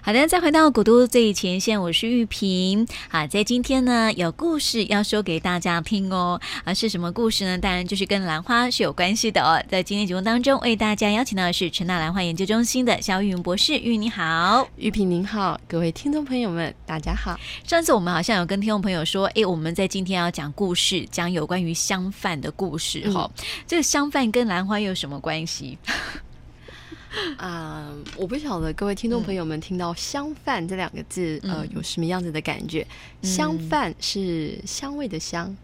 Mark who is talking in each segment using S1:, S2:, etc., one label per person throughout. S1: 好的，再回到古都最前线，我是玉萍。好，在今天呢，有故事要说给大家听哦。啊，是什么故事呢？当然就是跟兰花是有关系的哦。在今天节目当中，为大家邀请到的是陈大兰花研究中心的肖玉云博士，玉云你好。
S2: 玉萍您好，各位听众朋友们，大家好。
S1: 上次我们好像有跟听众朋友说，诶，我们在今天要讲故事，讲有关于香饭的故事哈、
S2: 嗯
S1: 哦这个香饭跟兰花又有什么关系？嗯
S2: 啊、我不晓得各位听众朋友们听到“香饭”这两个字，呃，
S1: 嗯
S2: 有什么样子的感觉？
S1: 嗯
S2: 香饭是香味的香，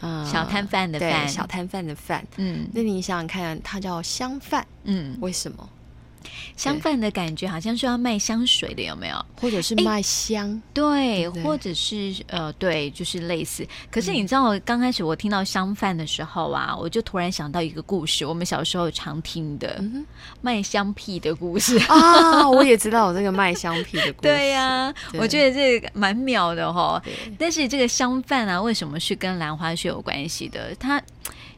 S2: 啊、
S1: 小摊贩的
S2: 对，
S1: 饭，
S2: 小摊贩的贩。
S1: 嗯
S2: 那你想想看，它叫香饭，
S1: 嗯，
S2: 为什么？
S1: 香饭的感觉好像是要卖香水的，有没有？
S2: 或者是
S1: 哎
S2: 卖香？
S1: 对，
S2: 对不对嗯
S1: 或者是呃，对，就是类似。可是你知道，刚开始我听到商贩的时候啊，我就突然想到一个故事，我们小时候常听的、
S2: 嗯
S1: 卖香屁的故事。
S2: 哼 啊，我也知道有这个卖香皮的故 事。
S1: 对呀、
S2: 对
S1: 我觉得这个蛮妙的哈、
S2: 对
S1: 但是这个香饭啊，为什么是跟兰花是有关系的？它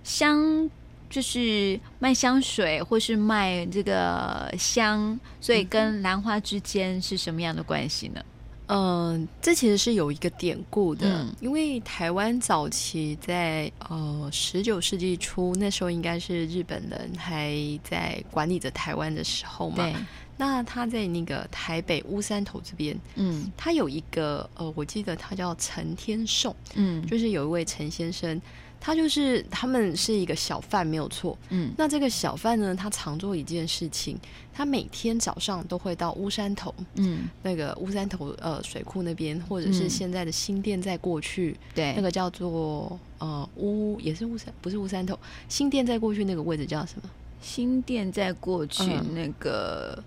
S1: 香就是卖香水，或是卖这个香，所以跟兰花之间是什么样的关系呢？
S2: 嗯，这其实是有一个典故的，
S1: 嗯
S2: 因为台湾早期在呃十九世纪初，那时候应该是日本人还在管理着台湾的时候嘛
S1: 对。，
S2: 那他在那个台北乌山头这边，
S1: 嗯
S2: 他有一个呃，我记得他叫陈天寿，
S1: 嗯
S2: 就是有一位陈先生，他就是他们是一个小贩没有错。
S1: 嗯
S2: 那这个小贩呢，他常做一件事情，他每天早上都会到乌山头，
S1: 嗯，
S2: 那个乌山头呃水库那边，或者是
S1: 嗯哎
S2: 现在的新店，再过去、
S1: 对，
S2: 那个叫做呃乌，也是乌山，不是乌山头，新店再过去那个位置叫什么？
S1: 新店再过去
S2: 嗯
S1: 那个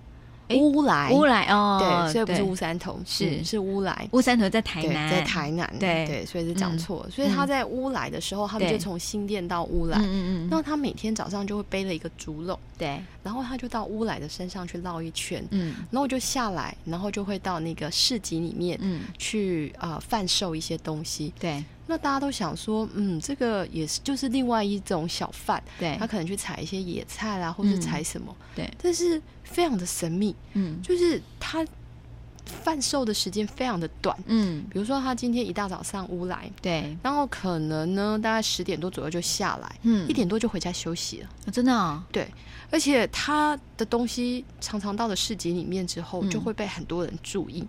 S1: 诶
S2: 乌来，
S1: 哎乌来哦，
S2: 对，所以不是
S1: 对
S2: 乌山头，
S1: 是
S2: 嗯是乌来。
S1: 乌山头在台
S2: 对，
S1: 南，
S2: 在台南，
S1: 对
S2: 所以是讲
S1: 嗯
S2: 错了、所以他
S1: 嗯
S2: 在乌来的时候，他们
S1: 对
S2: 就从新店到乌来、
S1: 嗯嗯嗯，
S2: 那他每天早上就会背了一个竹篓，
S1: 对，
S2: 然后他就到乌来的山上去绕一圈、
S1: 嗯
S2: 然后就下来，然后就会到那个市集里面
S1: 嗯
S2: 去啊、呃贩售一些东西。
S1: 对
S2: 那大家都想说，嗯，这个也是就是另外一种小贩，
S1: 对嗯
S2: 他，可能去采一些野菜啦，或是采什么，
S1: 对
S2: 但是非常的神秘，
S1: 嗯
S2: 就是他贩售的时间非常的短。
S1: 嗯
S2: 比如说，他今天一大早上屋来，
S1: 对，
S2: 然后可能呢大概十点多左右就下来，
S1: 嗯
S2: 一点多就回家休息了。
S1: 哦真的哦，
S2: 对，而且他的东西常常到了市集里面之后，
S1: 嗯
S2: 就会被很多人注意，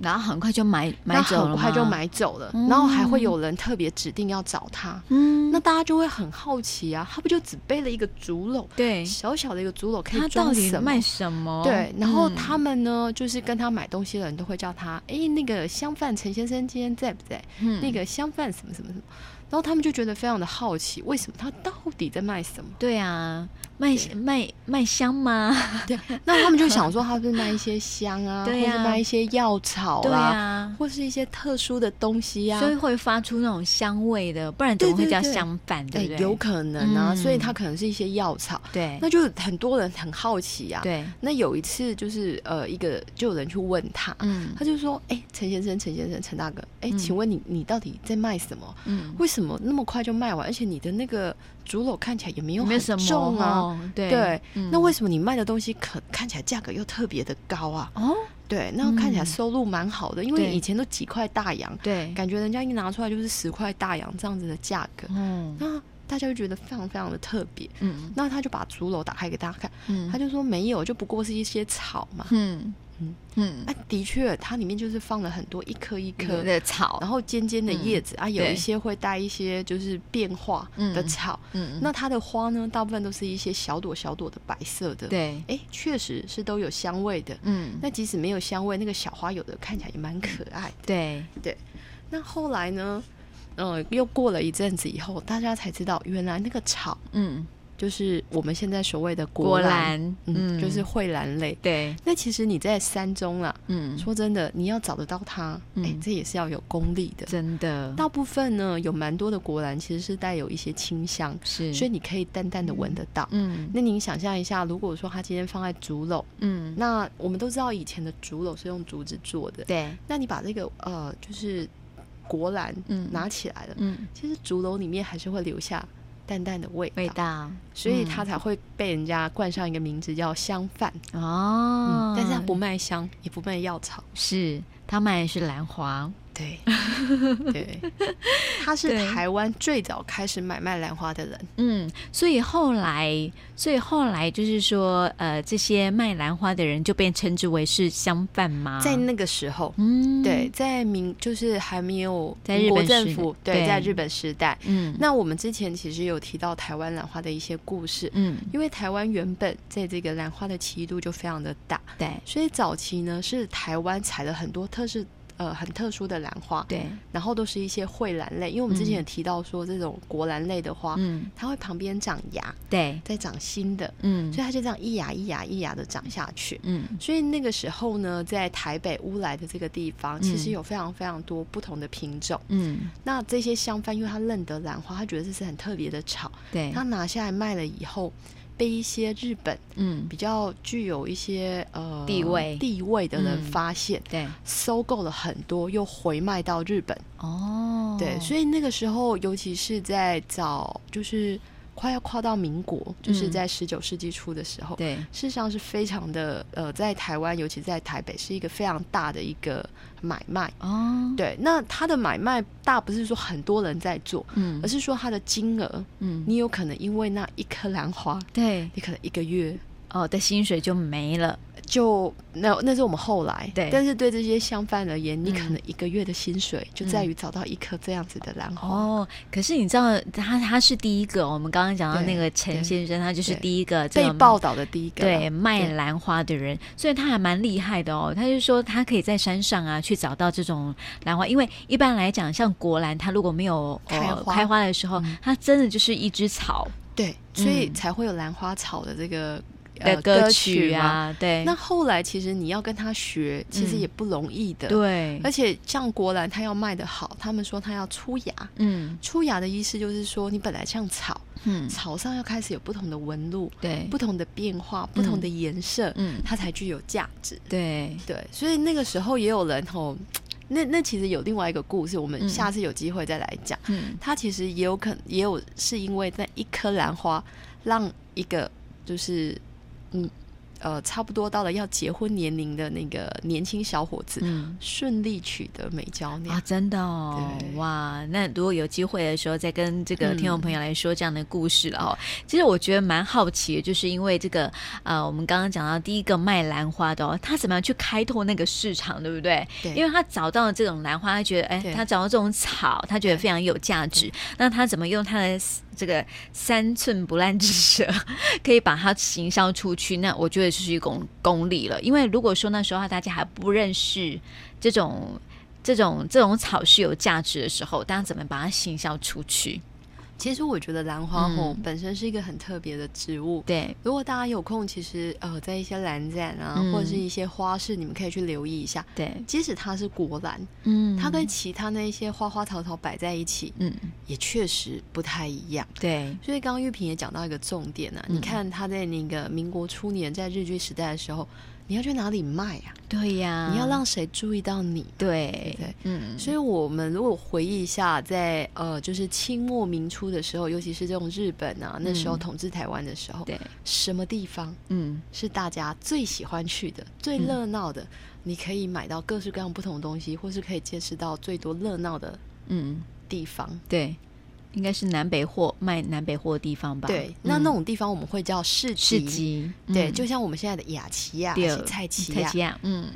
S1: 然后很快就买买
S2: 那
S1: 走了，
S2: 很快就，买走了，
S1: 嗯
S2: 然后还会有人特别指定要找他。
S1: 嗯，
S2: 那大家就会很好奇啊，他不就只背了一个竹篓，
S1: 对，
S2: 小小的一个竹篓可
S1: 他
S2: 以
S1: 到
S2: 装
S1: 底
S2: 什么
S1: 卖？什么？
S2: 对，然后
S1: 嗯
S2: 他们呢，就是跟他买东西的人都会叫他，哎、那个香贩陈先生今天在不在？
S1: 嗯？
S2: 那个香贩什么什么什么，然后他们就觉得非常的好奇，为什么他到底在卖什么
S1: 对啊，卖
S2: 对
S1: 卖卖香吗？
S2: 那他们就想说，他是卖一些香 啊，
S1: 对
S2: 或
S1: 呀
S2: 是卖一些药草
S1: 对
S2: 啦、
S1: 啊。
S2: 或是一些特殊的东西啊呀、
S1: 所以会发出那种香味的，不然怎么会
S2: 对对
S1: 叫
S2: 对
S1: 香饭？
S2: 哎、
S1: 对不对？
S2: 有可能啊，
S1: 嗯
S2: 所以它可能是一些药草，
S1: 对
S2: 那就很多人很好奇啊呀、
S1: 对，
S2: 那有一次就是呃，一个就有人去问他，
S1: 嗯
S2: 他就说：“哎、陈先生，陈先生，陈大哥，哎、
S1: 嗯
S2: 请问你你到底在卖什么？
S1: 嗯，
S2: 为什么那么快就卖完？而且你的那个竹篓看起来也没有
S1: 没
S2: 很
S1: 有什么
S2: 重啊。
S1: 哦，对
S2: 对
S1: 嗯
S2: 那为什么你卖的东西可看起来价格又特别的高啊？
S1: 哦，
S2: 对，那看起来
S1: 嗯
S2: 收入蛮好的，因为
S1: 对
S2: 以前都几块大洋，
S1: 对，
S2: 感觉人家一拿出来就是十块大洋这样子的价格，
S1: 哦，
S2: 那大家就觉得非常非常的特别。
S1: 嗯
S2: 那他就把竹篓打开给大家看，
S1: 嗯，
S2: 他
S1: 就
S2: 就说没有，就不过是一些草嘛。
S1: 嗯嗯
S2: 嗯
S1: 嗯，
S2: 啊，的确，它里面就是放了很多一颗一颗，
S1: 的草
S2: 然，后尖尖的叶子、啊，有
S1: 嗯对
S2: 一些会带一些就是变化的草。
S1: 嗯，
S2: 那它的花呢，大部分都是一些小朵小朵的白色的。，
S1: 对，
S2: 哎，确实是都有香味的。
S1: 嗯
S2: 那即使没有香味，那个小花有的看起来也蛮可爱的。
S1: 对，
S2: 那后来呢，呃，又过了一阵子以后，大家才知道，原来那个草
S1: 嗯，
S2: 就是我们现在所谓的
S1: 果
S2: 国兰，
S1: 然，
S2: 嗯，就是蕙兰类。
S1: 对，
S2: 那其实你在山中啦，
S1: 嗯，
S2: 说真的，你要找得到它，哎、
S1: 嗯
S2: 这也是要有功力的。
S1: 真的
S2: 大部分呢，有蛮多的果篮其实是带有一些清香，
S1: 是，
S2: 所以你可以淡淡的闻得到。
S1: 嗯
S2: 那您想象一下，如果说它今天放在竹篓，
S1: 嗯，
S2: 那我们都知道以前的竹篓是用竹子做的，
S1: 对，
S2: 那你把这个呃，就是果篮
S1: 嗯
S2: 拿起来了，
S1: 嗯，
S2: 其实竹篓里面还是会留下淡淡的味道，
S1: 味道，嗯
S2: 所以它才会被人家冠上一个名字叫香饭。
S1: 哦
S2: 嗯，，但是它不卖香，也不卖药草。
S1: 是他卖的是兰花，
S2: 对，对，他是
S1: 对
S2: 台湾最早开始买卖兰花的人。
S1: 嗯，所以后来，所以后来就是说，呃，这些卖兰花的人就被称之为是香贩吗？
S2: 在那个时候，
S1: 啊嗯，
S2: 对，，在民就是还没有
S1: 在
S2: 民
S1: 日
S2: 国
S1: 本时
S2: 政府，
S1: 代
S2: 对，
S1: 对
S2: 在日本时代。
S1: 嗯，
S2: 那我们之前其实有提到台湾兰花的一些故事，
S1: 嗯，
S2: 因为台湾原本在这个兰花的奇异度就非常的大，
S1: 对
S2: 所以早期呢是台湾采了很多特是呃很特殊的兰花，
S1: 对，
S2: 然后都是一些蕙兰类，因为我们之前也提到说这种国兰类的花，
S1: 嗯，
S2: 它会旁边长芽，
S1: 对，
S2: 再长新的，
S1: 嗯
S2: 所以它就这样一芽一芽一芽的长下去。
S1: 嗯，
S2: 所以那个时候呢，在台北乌来的这个地方，其实
S1: 嗯
S2: 有非常非常多不同的品种。
S1: 嗯，
S2: 那这些香贩，因为他认得兰花，他觉得这是很特别的草，
S1: 对
S2: 他，拿下来卖了以后，被一些日本
S1: 嗯，
S2: 比较具有一些呃
S1: 地位
S2: 地位的人
S1: 嗯
S2: 发现，
S1: 对，
S2: 收购了很多，又回卖到日本。
S1: 哦，
S2: 对，所以那个时候，尤其是在早就是快要跨到民国，就是
S1: 嗯
S2: 在十九世纪初的时候，
S1: 对，
S2: 事实上是非常的呃，在台湾，尤其在台北，是一个非常大的一个买卖。
S1: 哦，
S2: 对，那它的买卖大不是说很多人在做，
S1: 嗯
S2: 而是说它的金额，
S1: 嗯，
S2: 你有可能因为那一颗兰花，
S1: 对，
S2: 你可能一个月
S1: 哦，的薪水就没了，
S2: 就那那是我们后来，
S1: 对
S2: 但是对这些商贩而言，你可
S1: 嗯
S2: 能一个月的薪水就在于找到一颗这样子的兰花。
S1: 哦，可是你知道他他是第一个，我们刚刚讲到
S2: 对
S1: 那个陈
S2: 对
S1: 先生，他就是
S2: 对
S1: 第一个这
S2: 被
S1: 个
S2: 报道的第一个啦，
S1: 对卖兰花的人，所以他还蛮厉害的哦。他就说他可以在山上啊去找到这种兰花，因为一般来讲，像国兰，它如果没有、呃、
S2: 开花
S1: 开花的时候，
S2: 嗯
S1: 它真的就是一枝草
S2: 对，所以
S1: 嗯
S2: 才会有兰花草的这个
S1: 的
S2: 呃
S1: 歌
S2: 曲
S1: 曲
S2: 嘛。
S1: 啊，对，
S2: 那后来其实你要跟他学，其实也不容易的。，
S1: 嗯对
S2: 而，且像国兰，他要卖的好，他们说他要出芽。
S1: 嗯
S2: 出芽的意思就是说，你本来像草，
S1: 嗯，
S2: 草上要开始有不同的纹路、
S1: 对，
S2: 不同的变化、不同的颜色，
S1: 嗯
S2: 它才具有价值。
S1: 对，
S2: 对，所以那个时候也有人吼，那那其实有另外一个故事，我们
S1: 嗯
S2: 下次有机会再来讲。
S1: 嗯
S2: 它其实也有可能，也有是因为那一颗兰花，让一个就是嗯呃，差不多到了要结婚年龄的那个年轻小伙子，
S1: 嗯。
S2: 顺利娶得美娇娘。
S1: 啊，真的哦，
S2: 对
S1: 哇！那如果有机会的时候，再跟这个
S2: 嗯
S1: 听众朋友来说这样的故事了哦。其实我觉得蛮好奇的，就是因为这个呃，我们刚刚讲到第一个卖兰花的哦，他怎么样去开拓那个市场，对不对？
S2: 对
S1: 因为他找到了这种兰花，他觉得哎
S2: 对，
S1: 他找到这种草，他觉得非常有价值。那他怎么用他的这个三寸不烂之舌，可以把它行销出去？那我觉得就是一种功力了。因为如果说那时候大家还不认识这种。这种这种草是有价值的时候，大家怎么把它行销出去？
S2: 其实我觉得兰花吼、
S1: 嗯
S2: 本身是一个很特别的植物。
S1: 对，
S2: 如果大家有空，其实呃，在一些兰展啊，
S1: 嗯
S2: 或者是一些花市，你们可以去留意一下。
S1: 对，
S2: 即使它是国兰，
S1: 嗯
S2: 它跟其他那一些花花草草摆在一起，
S1: 嗯，
S2: 也确实不太一样。
S1: 对，
S2: 所以刚刚玉萍也讲到一个重点啊，
S1: 嗯
S2: 你看他在那个民国初年在日据时代的时候，你要去哪里卖啊？
S1: 对呀，
S2: 你要让谁注意到你？
S1: 对
S2: 对，
S1: 嗯，
S2: 所以我们如果回忆一下在，呃，就是清末明初的时候，尤其是这种日本啊，那时候
S1: 嗯
S2: 统治台湾的时候，
S1: 对，
S2: 什么地方
S1: 嗯，
S2: 是大家最喜欢去的、最热闹的？你可以买到各式各样不同的东西，或是可以见识到最多热闹的
S1: 嗯，
S2: 地方。
S1: 对，应该是南北货卖南北货的地方吧？
S2: 对
S1: 嗯，
S2: 那那种地方我们会叫市集。
S1: 市集，
S2: 对，
S1: 嗯
S2: 就像我们现在的雅琪亚、
S1: 对
S2: 菜啊奇
S1: 菜
S2: 亚
S1: 奇，亚，嗯，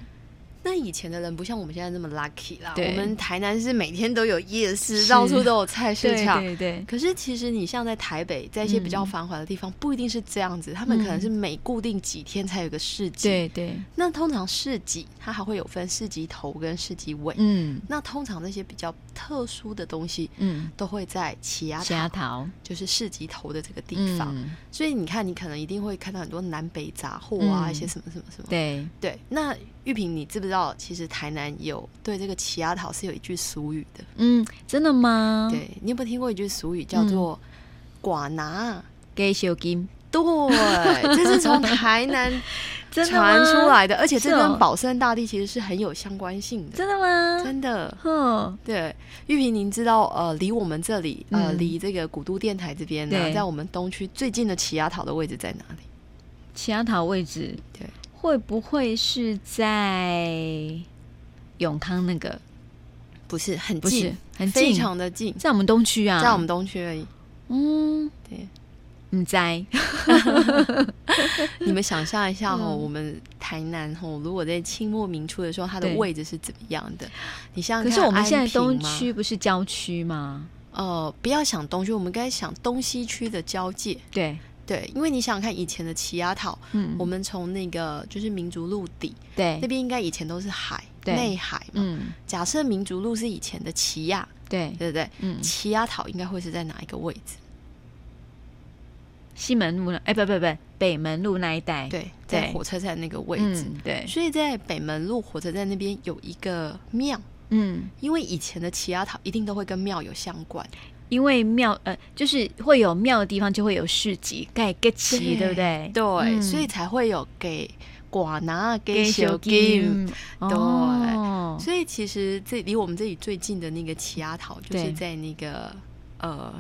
S2: 那以前的人不像我们现在那么 lucky 啦。
S1: 对
S2: 我们台南是每天都有夜市，
S1: 是
S2: 到处都有菜市
S1: 对
S2: 场。
S1: 对对，
S2: 可是其实你像在台北，在一些比较
S1: 嗯
S2: 繁华的地方，不一定是这样子，他们可能是每固定几天才有一个市集。，
S1: 对对，
S2: 那通常市集它还会有分市集头跟市集尾。
S1: 嗯
S2: 那通常那些比较特殊的东西
S1: 嗯，
S2: 都会在奇亚
S1: 虾桃
S2: 就是市集头的这个地方。
S1: 嗯，
S2: 所以你看，你可能一定会看到很多南北杂货啊，
S1: 嗯
S2: 一些什么什么什么。
S1: 对，
S2: 对，那玉萍，你知不知道，其实台南有对这个奇亚桃是有一句俗语的。
S1: 嗯，真的吗？，
S2: 对你有没有听过一句俗语叫做
S1: 嗯
S2: “寡拿
S1: 给小金，”？
S2: 对，这是从台南
S1: 真的吗
S2: 传出来的，而且这
S1: 是哦嗯
S2: 跟保生大帝其实是很有相关性的，
S1: 真的吗？
S2: 真的。
S1: 哼，
S2: 对，玉萍，您知道，呃，离我们这里，呃，
S1: 嗯
S2: 离这个古都电台这边呢、啊
S1: 对
S2: 在我们东区最近的奇亚塔的位置在哪里？
S1: 奇亚塔位置
S2: 对，
S1: 会不会是在永康那个？
S2: 不是很
S1: 不是
S2: 近，，
S1: 很
S2: 非
S1: 近，
S2: 常的近，
S1: 在我们东区啊，
S2: 在我们东区而已。
S1: 嗯，
S2: 对，
S1: 唔在，
S2: 你们想象一下哈、
S1: 嗯
S2: 我们台南哈，如果在清末明初的时候，它的
S1: 对
S2: 位置是怎么样的？你想
S1: 可
S2: 想看，
S1: 是我们现在
S2: 安平
S1: 东
S2: 吗，
S1: 区不是郊区吗？
S2: 呃，不要想东区，我们该想东西区的交界。
S1: 对，
S2: 对，因为你想想看，以前的奇亚塔，
S1: 嗯，
S2: 我们从那个就是民族路底
S1: 对
S2: 那，边，应该以前都是海
S1: 对
S2: 内海嘛。
S1: 嗯，
S2: 假设民族路是以前的奇亚，
S1: 对，
S2: 对不对？
S1: 嗯，
S2: 奇亚岛应该会是在哪一个位置？
S1: 西门路那，哎，不不不，北门路那一带，
S2: 对，
S1: 对
S2: 在火车站那个位置。
S1: 嗯，对，
S2: 所以在北门路火车站那边有一个庙，
S1: 嗯，
S2: 因为以前的奇亚岛一定都会跟庙有相关。
S1: 因为庙呃，就是会有庙的地方就会有市集，盖个旗，
S2: 对
S1: 对不对？
S2: 对，
S1: 嗯
S2: 所以才会有给寡拿给
S1: 给
S2: 小
S1: 小
S2: 金。
S1: 金，
S2: 对
S1: 哦，
S2: 所以其实这离我们这里最近的那个奇亚岛，就是
S1: 对
S2: 在那个呃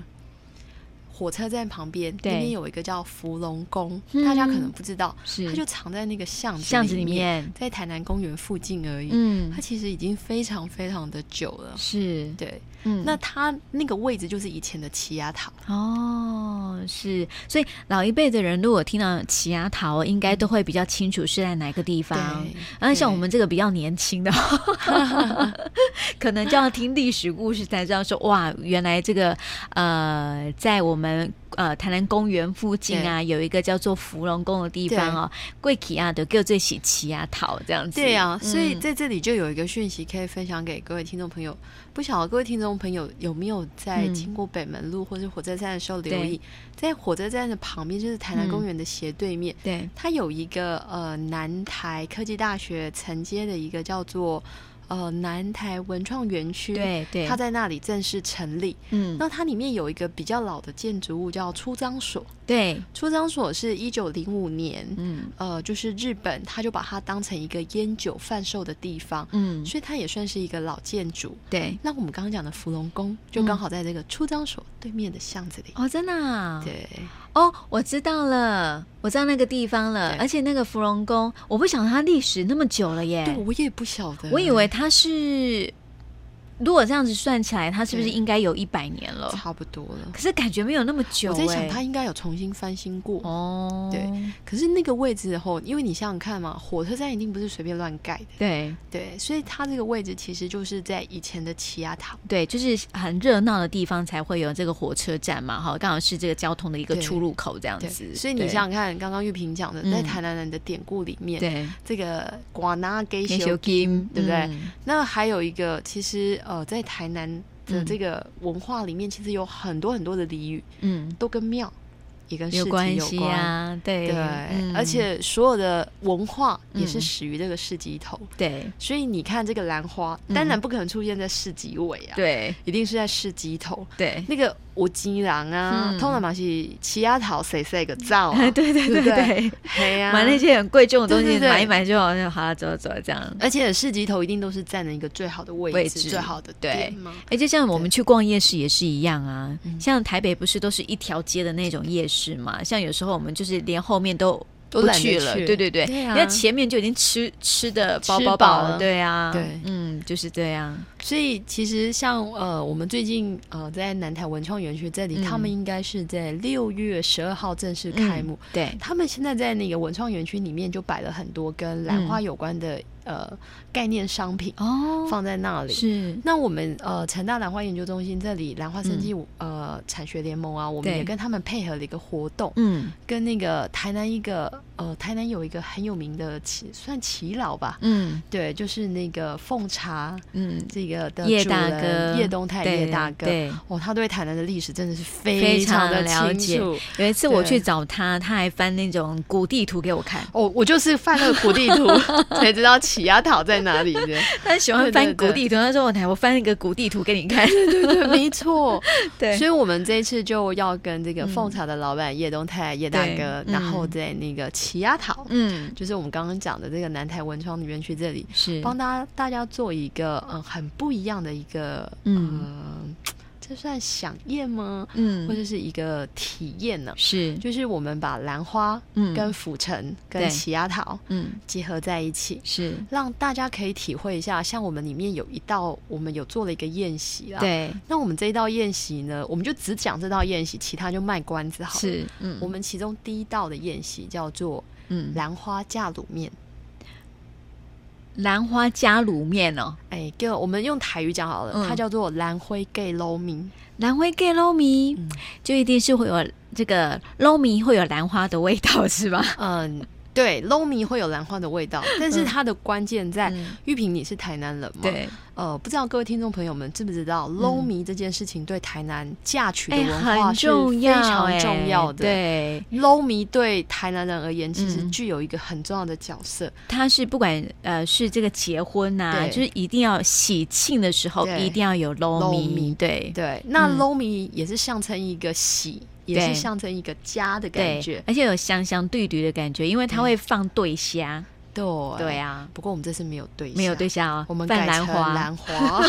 S2: 火车站旁边，那
S1: 对
S2: 边有一个叫芙蓉宫，
S1: 嗯
S2: 大家可能不知道，它就是藏在那个巷子
S1: 巷子里
S2: 面，
S1: 面，
S2: 在台南公园附近而已。
S1: 嗯
S2: 它，其实已经非常非常的久了。
S1: 是，
S2: 对，
S1: 嗯，
S2: 那它那个位置就是以前的奇亚塔，
S1: 哦，是，所以老一辈的人如果听到奇亚桃，应该都会比较清楚是在哪个地方。
S2: 嗯对，
S1: 而像
S2: 对
S1: 我们这个比较年轻 的， 可能就要听历史故事才知道说，哇，原来这个呃，在我们呃台南公园附近啊，有一个叫做芙蓉宫的地方哦，贵奇亚的各最喜奇亚桃这样子。
S2: 对啊，所以
S1: 嗯
S2: 在这里就有一个讯息可以分享给各位听众朋友。不晓得各位听众朋友有没有在
S1: 嗯
S2: 经过北门路或是火车站的时候留意，在火车站的旁边就是台
S1: 嗯
S2: 南公园的斜对面，
S1: 对，
S2: 它有一个呃南台科技大学承接的一个叫做呃南台文创园区。
S1: 对对，
S2: 它在那里正式成立。
S1: 嗯，
S2: 那它里面有一个比较老的建筑物叫出张所，
S1: 对，
S2: 出张所是一九零五年
S1: 嗯
S2: 呃，就是日本，他就把它当成一个烟酒贩售的地方，
S1: 嗯，
S2: 所以它也算是一个老建筑。
S1: 对，
S2: 那我们刚刚讲的芙蓉宫，
S1: 嗯
S2: 就刚好在这个出张所对面的巷子里。
S1: 哦，真的、啊，
S2: 对，
S1: 哦，我知道了，我知道那个地方了，
S2: 对
S1: 而且那个芙蓉宫，我不想它历史那么久了耶
S2: 对，我也不晓得，
S1: 我以为它是，如果这样子算起来，它是不是
S2: 对
S1: 应该有一百年了？
S2: 呃差不多了。
S1: 可是感觉没有那么久
S2: 我
S1: 哎、
S2: 在想，它应该有重新翻新过。
S1: 哦，
S2: 对可是那个位置后，因为你想想看嘛，火车站一定不是随便乱盖的，
S1: 对
S2: 对，所以它这个位置其实就是在以前的奇亚塔。
S1: 对，就是很热闹的地方才会有这个火车站嘛，哈，刚好是这个交通的一个
S2: 对
S1: 出入口这样
S2: 对
S1: 子。，
S2: 所以你
S1: 对
S2: 想想看，刚刚玉萍讲的，在
S1: 嗯
S2: 台南人的典故里面，
S1: 对，
S2: 这个瓜拿给
S1: 天
S2: 修
S1: 金
S2: 对不对
S1: 嗯
S2: 那还有一个，其实呃，在台南的
S1: 嗯
S2: 这个文化里面，其实有很多很多的俚语
S1: 嗯，
S2: 都跟庙也跟市集
S1: 有
S2: 嗯有
S1: 关
S2: 关
S1: 系。啊，对
S2: 对，
S1: 嗯
S2: 而且所有的文化也是
S1: 嗯
S2: 始于这个市集头，
S1: 对
S2: 所以你看这个兰花，
S1: 嗯
S2: 当然不可能出现在市集尾啊，
S1: 对
S2: 一定是在市集头。
S1: 对
S2: 那个五金郎啊，
S1: 嗯
S2: 通常嘛是奇亚桃谁谁个造啊
S1: 哎，， 对对对
S2: 对不对
S1: 对，啊
S2: 嘿啊呀、
S1: 买那些很贵重的东
S2: 对
S1: 西，
S2: 对对
S1: 买一买就好，就好了，走了走了这样。
S2: 而且市集头一定都是占了一个最好的位置，
S1: 位置
S2: 最好的
S1: 对
S2: 店嘛。
S1: 哎，就像我们
S2: 对
S1: 去逛夜市也是一样啊，
S2: 嗯
S1: 像台北不是都是一条街的那种夜市嘛？像有时候我们就是连后面都
S2: 都
S1: 不
S2: 懒得
S1: 去了，
S2: 去
S1: 对对对，
S2: 对啊
S1: 因为前面就已经吃吃的
S2: 吃
S1: 饱饱
S2: 饱
S1: 饱了，
S2: 了
S1: 对啊，
S2: 对
S1: 嗯，就是这样，
S2: 所以其实像呃，我们最近呃在南台文创园区这里，
S1: 嗯
S2: 他们应该是在六月十二号正式开幕。
S1: 嗯，对，
S2: 他们现在在那个文创园区里面就摆了很多跟兰花有关的、呃概念商品
S1: 哦，
S2: 放在那里。
S1: 是，
S2: 那我们呃成大兰花研究中心这里兰花生技、呃产学联盟啊，我们
S1: 嗯对
S2: 也跟他们配合了一个活动，
S1: 嗯
S2: 跟那个台南一个呃台南有一个很有名的耆算耆老吧，
S1: 嗯
S2: 对，就是那个奉茶
S1: 嗯，
S2: 这个的
S1: 叶
S2: 主
S1: 大
S2: 人
S1: 哥
S2: 叶东泰
S1: 对
S2: 叶大哥，
S1: 对，
S2: 哦，他对台南的历史真的是
S1: 非
S2: 非
S1: 常
S2: 常的
S1: 了
S2: 清楚。
S1: 有一次我
S2: 对
S1: 去找他，他还翻那种古地图给我看，
S2: 哦，我就是翻那个古地图才知道奇亚岛在哪里的。
S1: 他喜欢翻古地图，他说我来，我翻一个古地图给你看。
S2: 对对，没错。
S1: 对
S2: 所以我们这一次就要跟这个
S1: 嗯
S2: 凤巢的老板叶东泰叶大
S1: 对
S2: 哥，
S1: 嗯
S2: 然后在那个奇亚岛，
S1: 嗯，
S2: 就是我们刚刚讲的这个南台文创园区这里，
S1: 是，
S2: 帮大家大家做一个嗯很不一样的一个
S1: 嗯
S2: 嗯，呃这算飨宴吗？或
S1: 嗯，
S2: 者是一个体验呢？
S1: 是，
S2: 就是我们把兰花
S1: 嗯，
S2: 跟府城跟
S1: 对
S2: 奇亚岛
S1: 嗯
S2: 结合在一起，
S1: 是，
S2: 让大家可以体会一下。像我们里面有一道，我们有做了一个宴席啊。。
S1: 对，
S2: 那我们这一道宴席呢，我们就只讲这道宴席，其他就卖关子好了。。
S1: 是，嗯，
S2: 我们其中第一道的宴席叫做
S1: 嗯
S2: 兰花架卤面。
S1: 兰花加卤面哦，
S2: 哎，哥，我们用台语讲好了，
S1: 嗯
S2: 它叫做兰灰 gay 捞 面。
S1: 兰花给捞米
S2: 嗯，
S1: 就一定是会有这个捞米会有兰花的味道是吧？
S2: 嗯，对，捞米会有兰花的味道，但是它的关键在、
S1: 嗯
S2: 玉萍，你是台南人吗？。
S1: 对，
S2: 呃，不知道各位听众朋友们知不知道，捞米这件事情对台南嫁娶的
S1: 嗯哎，
S2: 文化
S1: 很
S2: 是
S1: 重
S2: 非
S1: 要，
S2: 常
S1: 哎
S2: 重要的。
S1: 对，
S2: 捞迷对台南人而言，其实
S1: 嗯
S2: 具有一个很重要的角色。
S1: 它是不管呃是这个结婚呐、
S2: 对
S1: 就是一定要喜庆的时候
S2: 对
S1: 一定要有捞
S2: 捞米
S1: 米，对
S2: 对，那
S1: 嗯
S2: 捞迷也是象征一个喜，也
S1: 对
S2: 是象征一个家的感觉
S1: 对。，而且有香香对对的感觉，因为它会放对虾，
S2: 对，
S1: 对。啊，
S2: 不过我们这次没有对，
S1: 没有对。虾哦，
S2: 我们
S1: 放
S2: 改
S1: 兰
S2: 成
S1: 花，
S2: 兰花，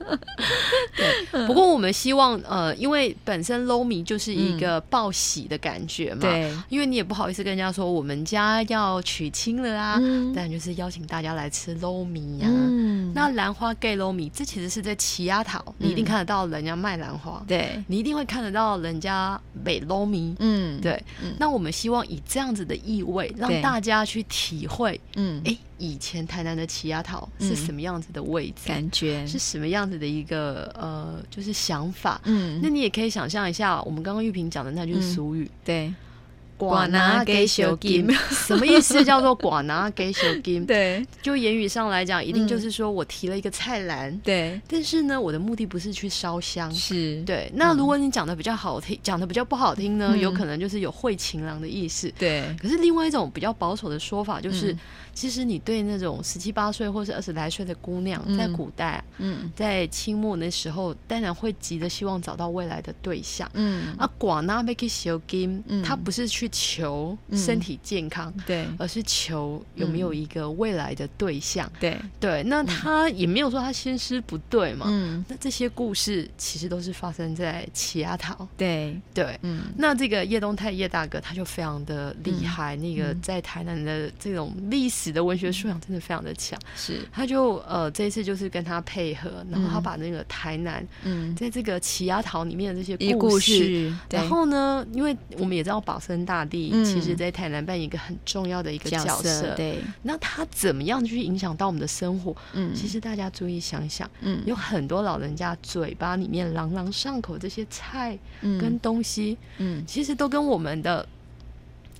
S2: 对。不过我们希望，呃，因为本身捞米就是一个报喜的感觉嘛，。
S1: 对，
S2: 因为你也不好意思跟人家说我们家要娶亲了啊，
S1: 嗯
S2: 但就是邀请大家来吃捞米呀、
S1: 嗯，
S2: 那兰花 gay 捞米，这其实是在奇亚岛，你一定看得到人家卖兰花，
S1: 对，
S2: 你一定会看得到人家北捞米。
S1: 嗯，，
S2: 对，
S1: 嗯
S2: 那我们希望以这样子的意味，让
S1: 对
S2: 大家去体会，
S1: 嗯，
S2: 哎，以前台南的奇亚岛是
S1: 嗯
S2: 什么样子的位置，
S1: 感觉
S2: 是什么样子的一个呃，就是想法。
S1: 嗯
S2: 那，你也可以想象一下，我们刚刚玉萍讲的那句
S1: 嗯
S2: 俗语
S1: 对
S2: “
S1: 寡拿给小 金
S2: 什么意思？叫做“寡拿给小金”？
S1: 对
S2: 就言语上来讲，一定就
S1: 嗯
S2: 是说我提了一个菜篮，
S1: 对
S2: 但是呢，我的目的不是去烧香。
S1: 是，
S2: 对，那如果你讲的比较好听，讲的比较不好听呢，
S1: 嗯
S2: 有可能就是有会情郎的意思。
S1: 对
S2: 可是另外一种比较保守的说法就是，
S1: 嗯
S2: 其实你对那种十七八岁或是二十来岁的姑娘，
S1: 嗯
S2: 在古代，
S1: 嗯
S2: 在清末那时候，当然会急着希望找到未来的对象。
S1: 嗯，
S2: 啊，寡那贝克修金
S1: 嗯，
S2: 他不是去求身体健康，
S1: 对
S2: 而是求有没有一个未来的对象。
S1: 对，
S2: 对，那他也没有说他先师不对嘛，
S1: 嗯
S2: 那这些故事其实都是发生在奇亚岛。
S1: 对，
S2: 对，
S1: 嗯
S2: 那这个叶东泰叶大哥他就非常的厉害，
S1: 嗯
S2: 那个在台南的这种历史的文学素养真的非常的强。
S1: 是，
S2: 他就呃这一次就是跟他配合，然后他
S1: 嗯
S2: 把那个台南
S1: 嗯，
S2: 在这个奇亚岛里面的这些
S1: 一个
S2: 故
S1: 故事，对
S2: 然后呢，因为我们也知道保生大帝、
S1: 嗯
S2: 其实在台南扮演一个很重要的一个角
S1: 色，对，
S2: 那他怎么样去影响到我们的生活？
S1: 嗯
S2: 其实大家注意想想，
S1: 嗯
S2: 有很多老人家嘴巴里面朗朗上口这些菜
S1: 嗯
S2: 跟东西，
S1: 嗯
S2: 其实都跟我们的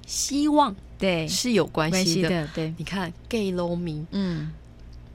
S2: 希望
S1: 对
S2: 是有关
S1: 关
S2: 系
S1: 系
S2: 的。
S1: 的，对，
S2: 你看，gay 农民
S1: 嗯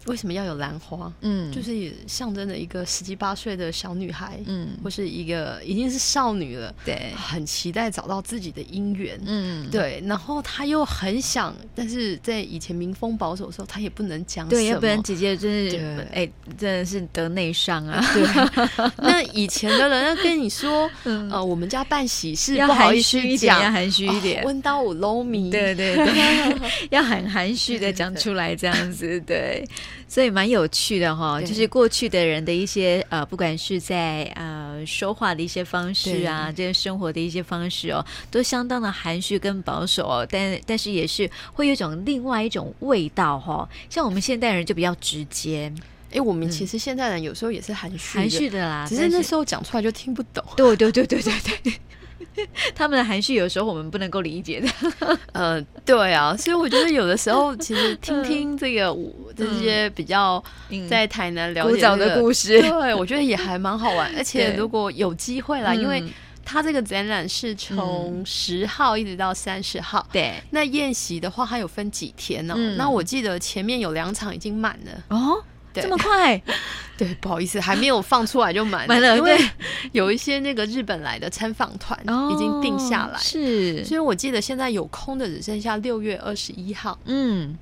S2: 为什么要有兰花？
S1: 嗯，
S2: 就是也象征着一个十七八岁的小女孩，
S1: 嗯
S2: 或是一个已经是少女了，
S1: 对，
S2: 很期待找到自己的姻缘。
S1: 嗯
S2: 对，然后她又很想，但是在以前民风保守的时候，她也不能讲
S1: 对，
S2: 什
S1: 要不然
S2: 么
S1: 直接就是
S2: 对
S1: 哎，真的是得内伤啊，
S2: 对，那以前的人要跟你 说，
S1: 嗯
S2: 呃，我们家办喜事，
S1: 要
S2: 不好
S1: 含
S2: 意思
S1: 蓄一点，要
S2: 讲，啊
S1: 含蓄一点。
S2: 问到我 low 迷，
S1: 对 对对， 要很含蓄的讲出来这样子，对，所以蛮有趣的哈、
S2: 对
S1: 就是过去的人的一些呃，不管是在呃说话的一些方式啊，这些生活的一些方式哦，都相当的含蓄跟保守哦，但但是也是会有一种另外一种味道哈、像我们现代人就比较直接、
S2: 哎，我们其实现在人有时候也是含蓄，啊
S1: 含蓄，的啦，
S2: 只
S1: 但
S2: 是那时候讲出来就听不懂。
S1: 对对对对对对。 他们的含蓄有时候我们不能够理解的，
S2: 呃，对啊，所以我觉得有的时候其 实听听这个我这些比较
S1: 嗯
S2: 在台南了
S1: 古
S2: 解这
S1: 早
S2: 个
S1: 的故事
S2: 对我觉得也还蛮好玩。而且
S1: 对
S2: 如果有机会啦，因为
S1: 嗯
S2: 它这个展览是从十号一直到三十号。
S1: 对
S2: 那宴席的话，它有分几天呢、
S1: 嗯
S2: 那我记得前面有两场已经满了，
S1: 哦，
S2: 对
S1: 这 么快，
S2: 对，不好意思，还没有放出来就满
S1: 满了
S2: 因为
S1: 对
S2: 有一些那个日本来的参访团
S1: 哦
S2: 已经定下来，
S1: 是，
S2: 所以我记得现在有空的只剩下六月二十一号
S1: 嗯，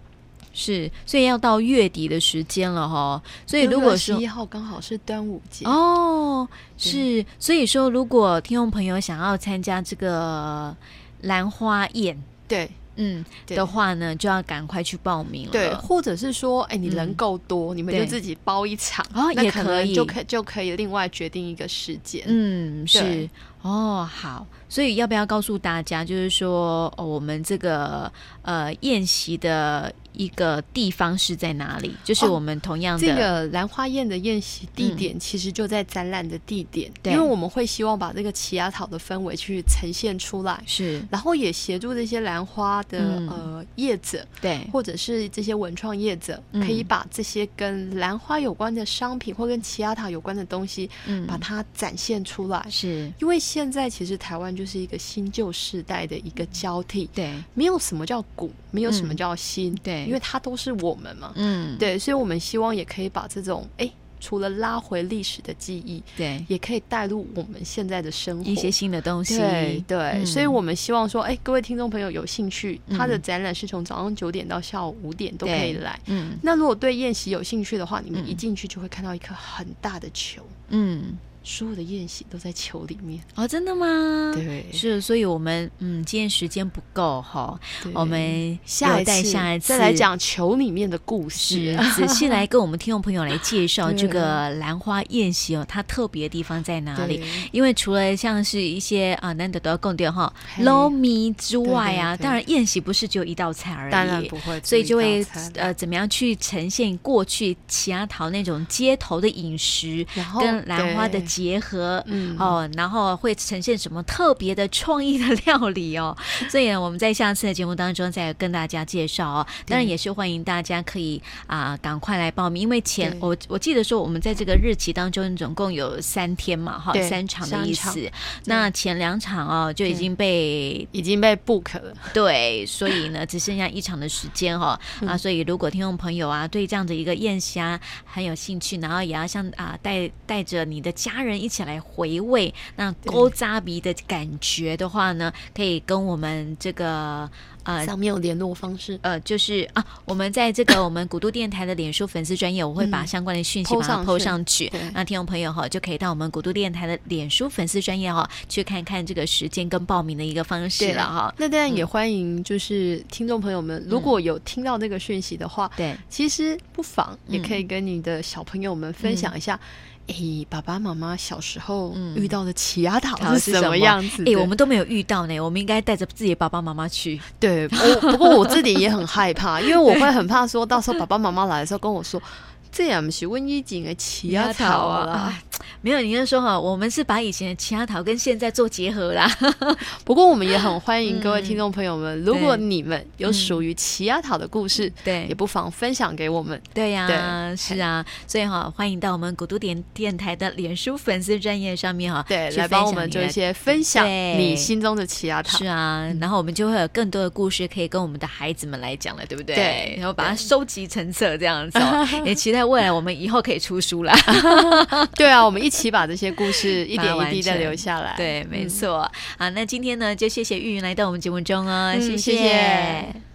S1: 是，所以要到月底的时间了哈。所以如果
S2: 十
S1: 说
S2: 一号刚好是端午节，
S1: 哦，
S2: 对
S1: 是，所以说如果听众朋友想要参加这个兰花宴，
S2: 对
S1: 嗯
S2: 对
S1: 的话呢，就要赶快去报名了。
S2: 对，或者是说，哎，你人
S1: 嗯
S2: 够多，你们
S1: 对
S2: 就自己包一场，
S1: 哦
S2: 那
S1: 也
S2: 可
S1: 可
S2: 能就
S1: 以
S2: 可就可以另外决定一个时间。
S1: 嗯，是
S2: 对
S1: 哦，好，所以要不要告诉大家，就是说，哦，我们这个呃宴席的一个地方是在哪里？就是
S2: 哦
S1: 我们同样的，
S2: 这个兰花宴的宴席地
S1: 嗯
S2: 点其实就在展览的地点，
S1: 对
S2: 因为我们会希望把这个奇亚草的氛围去呈现出来，
S1: 是
S2: 然后也协助这些兰花的、
S1: 嗯
S2: 呃业者
S1: 对，
S2: 或者是这些文创业者，
S1: 嗯
S2: 可以把这些跟兰花有关的商品或跟奇亚塔有关的东西，
S1: 嗯，
S2: 把它展现出来。
S1: 是
S2: 因为现在其实台湾就是一个新旧世代的一个交替，
S1: 对
S2: 没有什么叫古，没有什么
S1: 嗯
S2: 叫新，
S1: 对，
S2: 因为它都是我们嘛。
S1: 嗯
S2: 对，所以我们希望也可以把这种哎，除了拉回历史的记忆，
S1: 对
S2: 也可以带入我们现在的生活。
S1: 一些新的东西，
S2: 对对，
S1: 嗯
S2: 所以我们希望说，哎，各位听众朋友有兴趣，它的
S1: 嗯
S2: 展览是从早上九点到下午五点都可以
S1: 对
S2: 来。
S1: 嗯
S2: 那如果对宴席有兴趣的话，你们一
S1: 嗯
S2: 进去就会看到一颗很大的球，
S1: 嗯，
S2: 所有的宴席都在球里面。
S1: 哦，真的吗？
S2: 对，
S1: 是，所以我们嗯，今天时间不够哈，
S2: 对
S1: 我们
S2: 下
S1: 有
S2: 一
S1: 待
S2: 次
S1: 下一次
S2: 再来讲球里面的故
S1: 是
S2: 事。
S1: 仔细来跟我们听众朋友来介绍
S2: 对啊
S1: 这个兰花宴席哦，它特别的地方在哪里？
S2: 对？
S1: 因为除了像是一些啊难得都要供掉哈
S2: 嘿
S1: low 米之外啊，
S2: 对对对
S1: 当然宴席不是只有一道菜而已，
S2: 当然不会，
S1: 所以就会
S2: 呃，
S1: 呃怎么样去呈现过去奇亚桃那种街头的饮食
S2: 然后
S1: 跟兰花的
S2: 哦对
S1: 结合。
S2: 嗯
S1: 哦，然后会呈现什么特别的创意的料理 哦，所以呢，我们在下次的节目当中再跟大家介绍哦。当然
S2: 对
S1: 也是欢迎大家可以啊、赶快来报名，因为前
S2: 对
S1: 我我记得说我们在这个日期当中总共有三天嘛，哈，
S2: 对
S1: 三场的
S2: 三
S1: 意
S2: 场
S1: 思。那前两场哦就已
S2: 对
S1: 经被
S2: 已经被 book 了。
S1: 对，所以呢，只剩下一场的时间哈、哦、
S2: 嗯
S1: 啊，所以如果听众朋友啊对这样的一个宴席啊很有兴趣，然后也要像啊带带着你的家人一起来回味那勾扎鼻的感觉的话呢，可以跟我们这个呃
S2: 上面有联络方式，
S1: 呃，就是啊，我们在这个我们古都电台的脸书粉丝专业，我会把
S2: 嗯
S1: 相关的讯息
S2: po
S1: 把它
S2: 上
S1: PO
S2: 去
S1: 上去。
S2: 对
S1: 那听众朋友哈，就可以到我们古都电台的脸书粉丝专业哈，去看看这个时间跟报名的一个方式了哈。
S2: 那当然也欢迎，就是听众朋友们，如果有听到那个讯息的话，
S1: 对，
S2: 其实不妨也可以跟你的小朋友们分享一下，诶，爸爸妈妈小时候
S1: 嗯
S2: 遇到的奇亚
S1: 塔
S2: 塔
S1: 是
S2: 是什
S1: 什么
S2: 么样子
S1: 哎、
S2: 的？
S1: 我们都没有遇到呢，我们应该带着自己的爸爸妈妈去。
S2: 对，我不过我自己也很害怕， 因为我会很怕说到时候爸爸妈妈来的时候跟我说。这也不是瘟疫景的奇亚草啊！
S1: 哎没有，你就说哈，我们是把以前的奇亚桃跟现在做结合 啦。
S2: 不过我们也很欢迎各位
S1: 嗯
S2: 听众朋友们，如果
S1: 对
S2: 你们有
S1: 嗯
S2: 属于奇亚塔的故事，也
S1: 对，
S2: 不妨分享给我们。
S1: 对呀、
S2: 对
S1: 是啊，所以哈，欢迎到我们古都点电台的脸书粉丝专业上面哈，
S2: 对，
S1: 去
S2: 来
S1: 分
S2: 帮我
S1: 享
S2: 们
S1: 你
S2: 做一
S1: 的
S2: 些分享
S1: 对
S2: 你心中的奇亚塔
S1: 是。啊，然后我们就会有更多的故事可以跟我们的孩子们来讲了，对不对？
S2: 对
S1: 然后把它收集成册这样子、哦，也期待未来我们以后可以出书 啦。
S2: 对啊，我们一起把这些故事一
S1: 把它
S2: 点一
S1: 完
S2: 滴的
S1: 成
S2: 留下来。
S1: 对，没
S2: 嗯
S1: 错。好，那今天呢，就谢谢玉云来到我们节目中哦，
S2: 嗯
S1: 谢
S2: 谢谢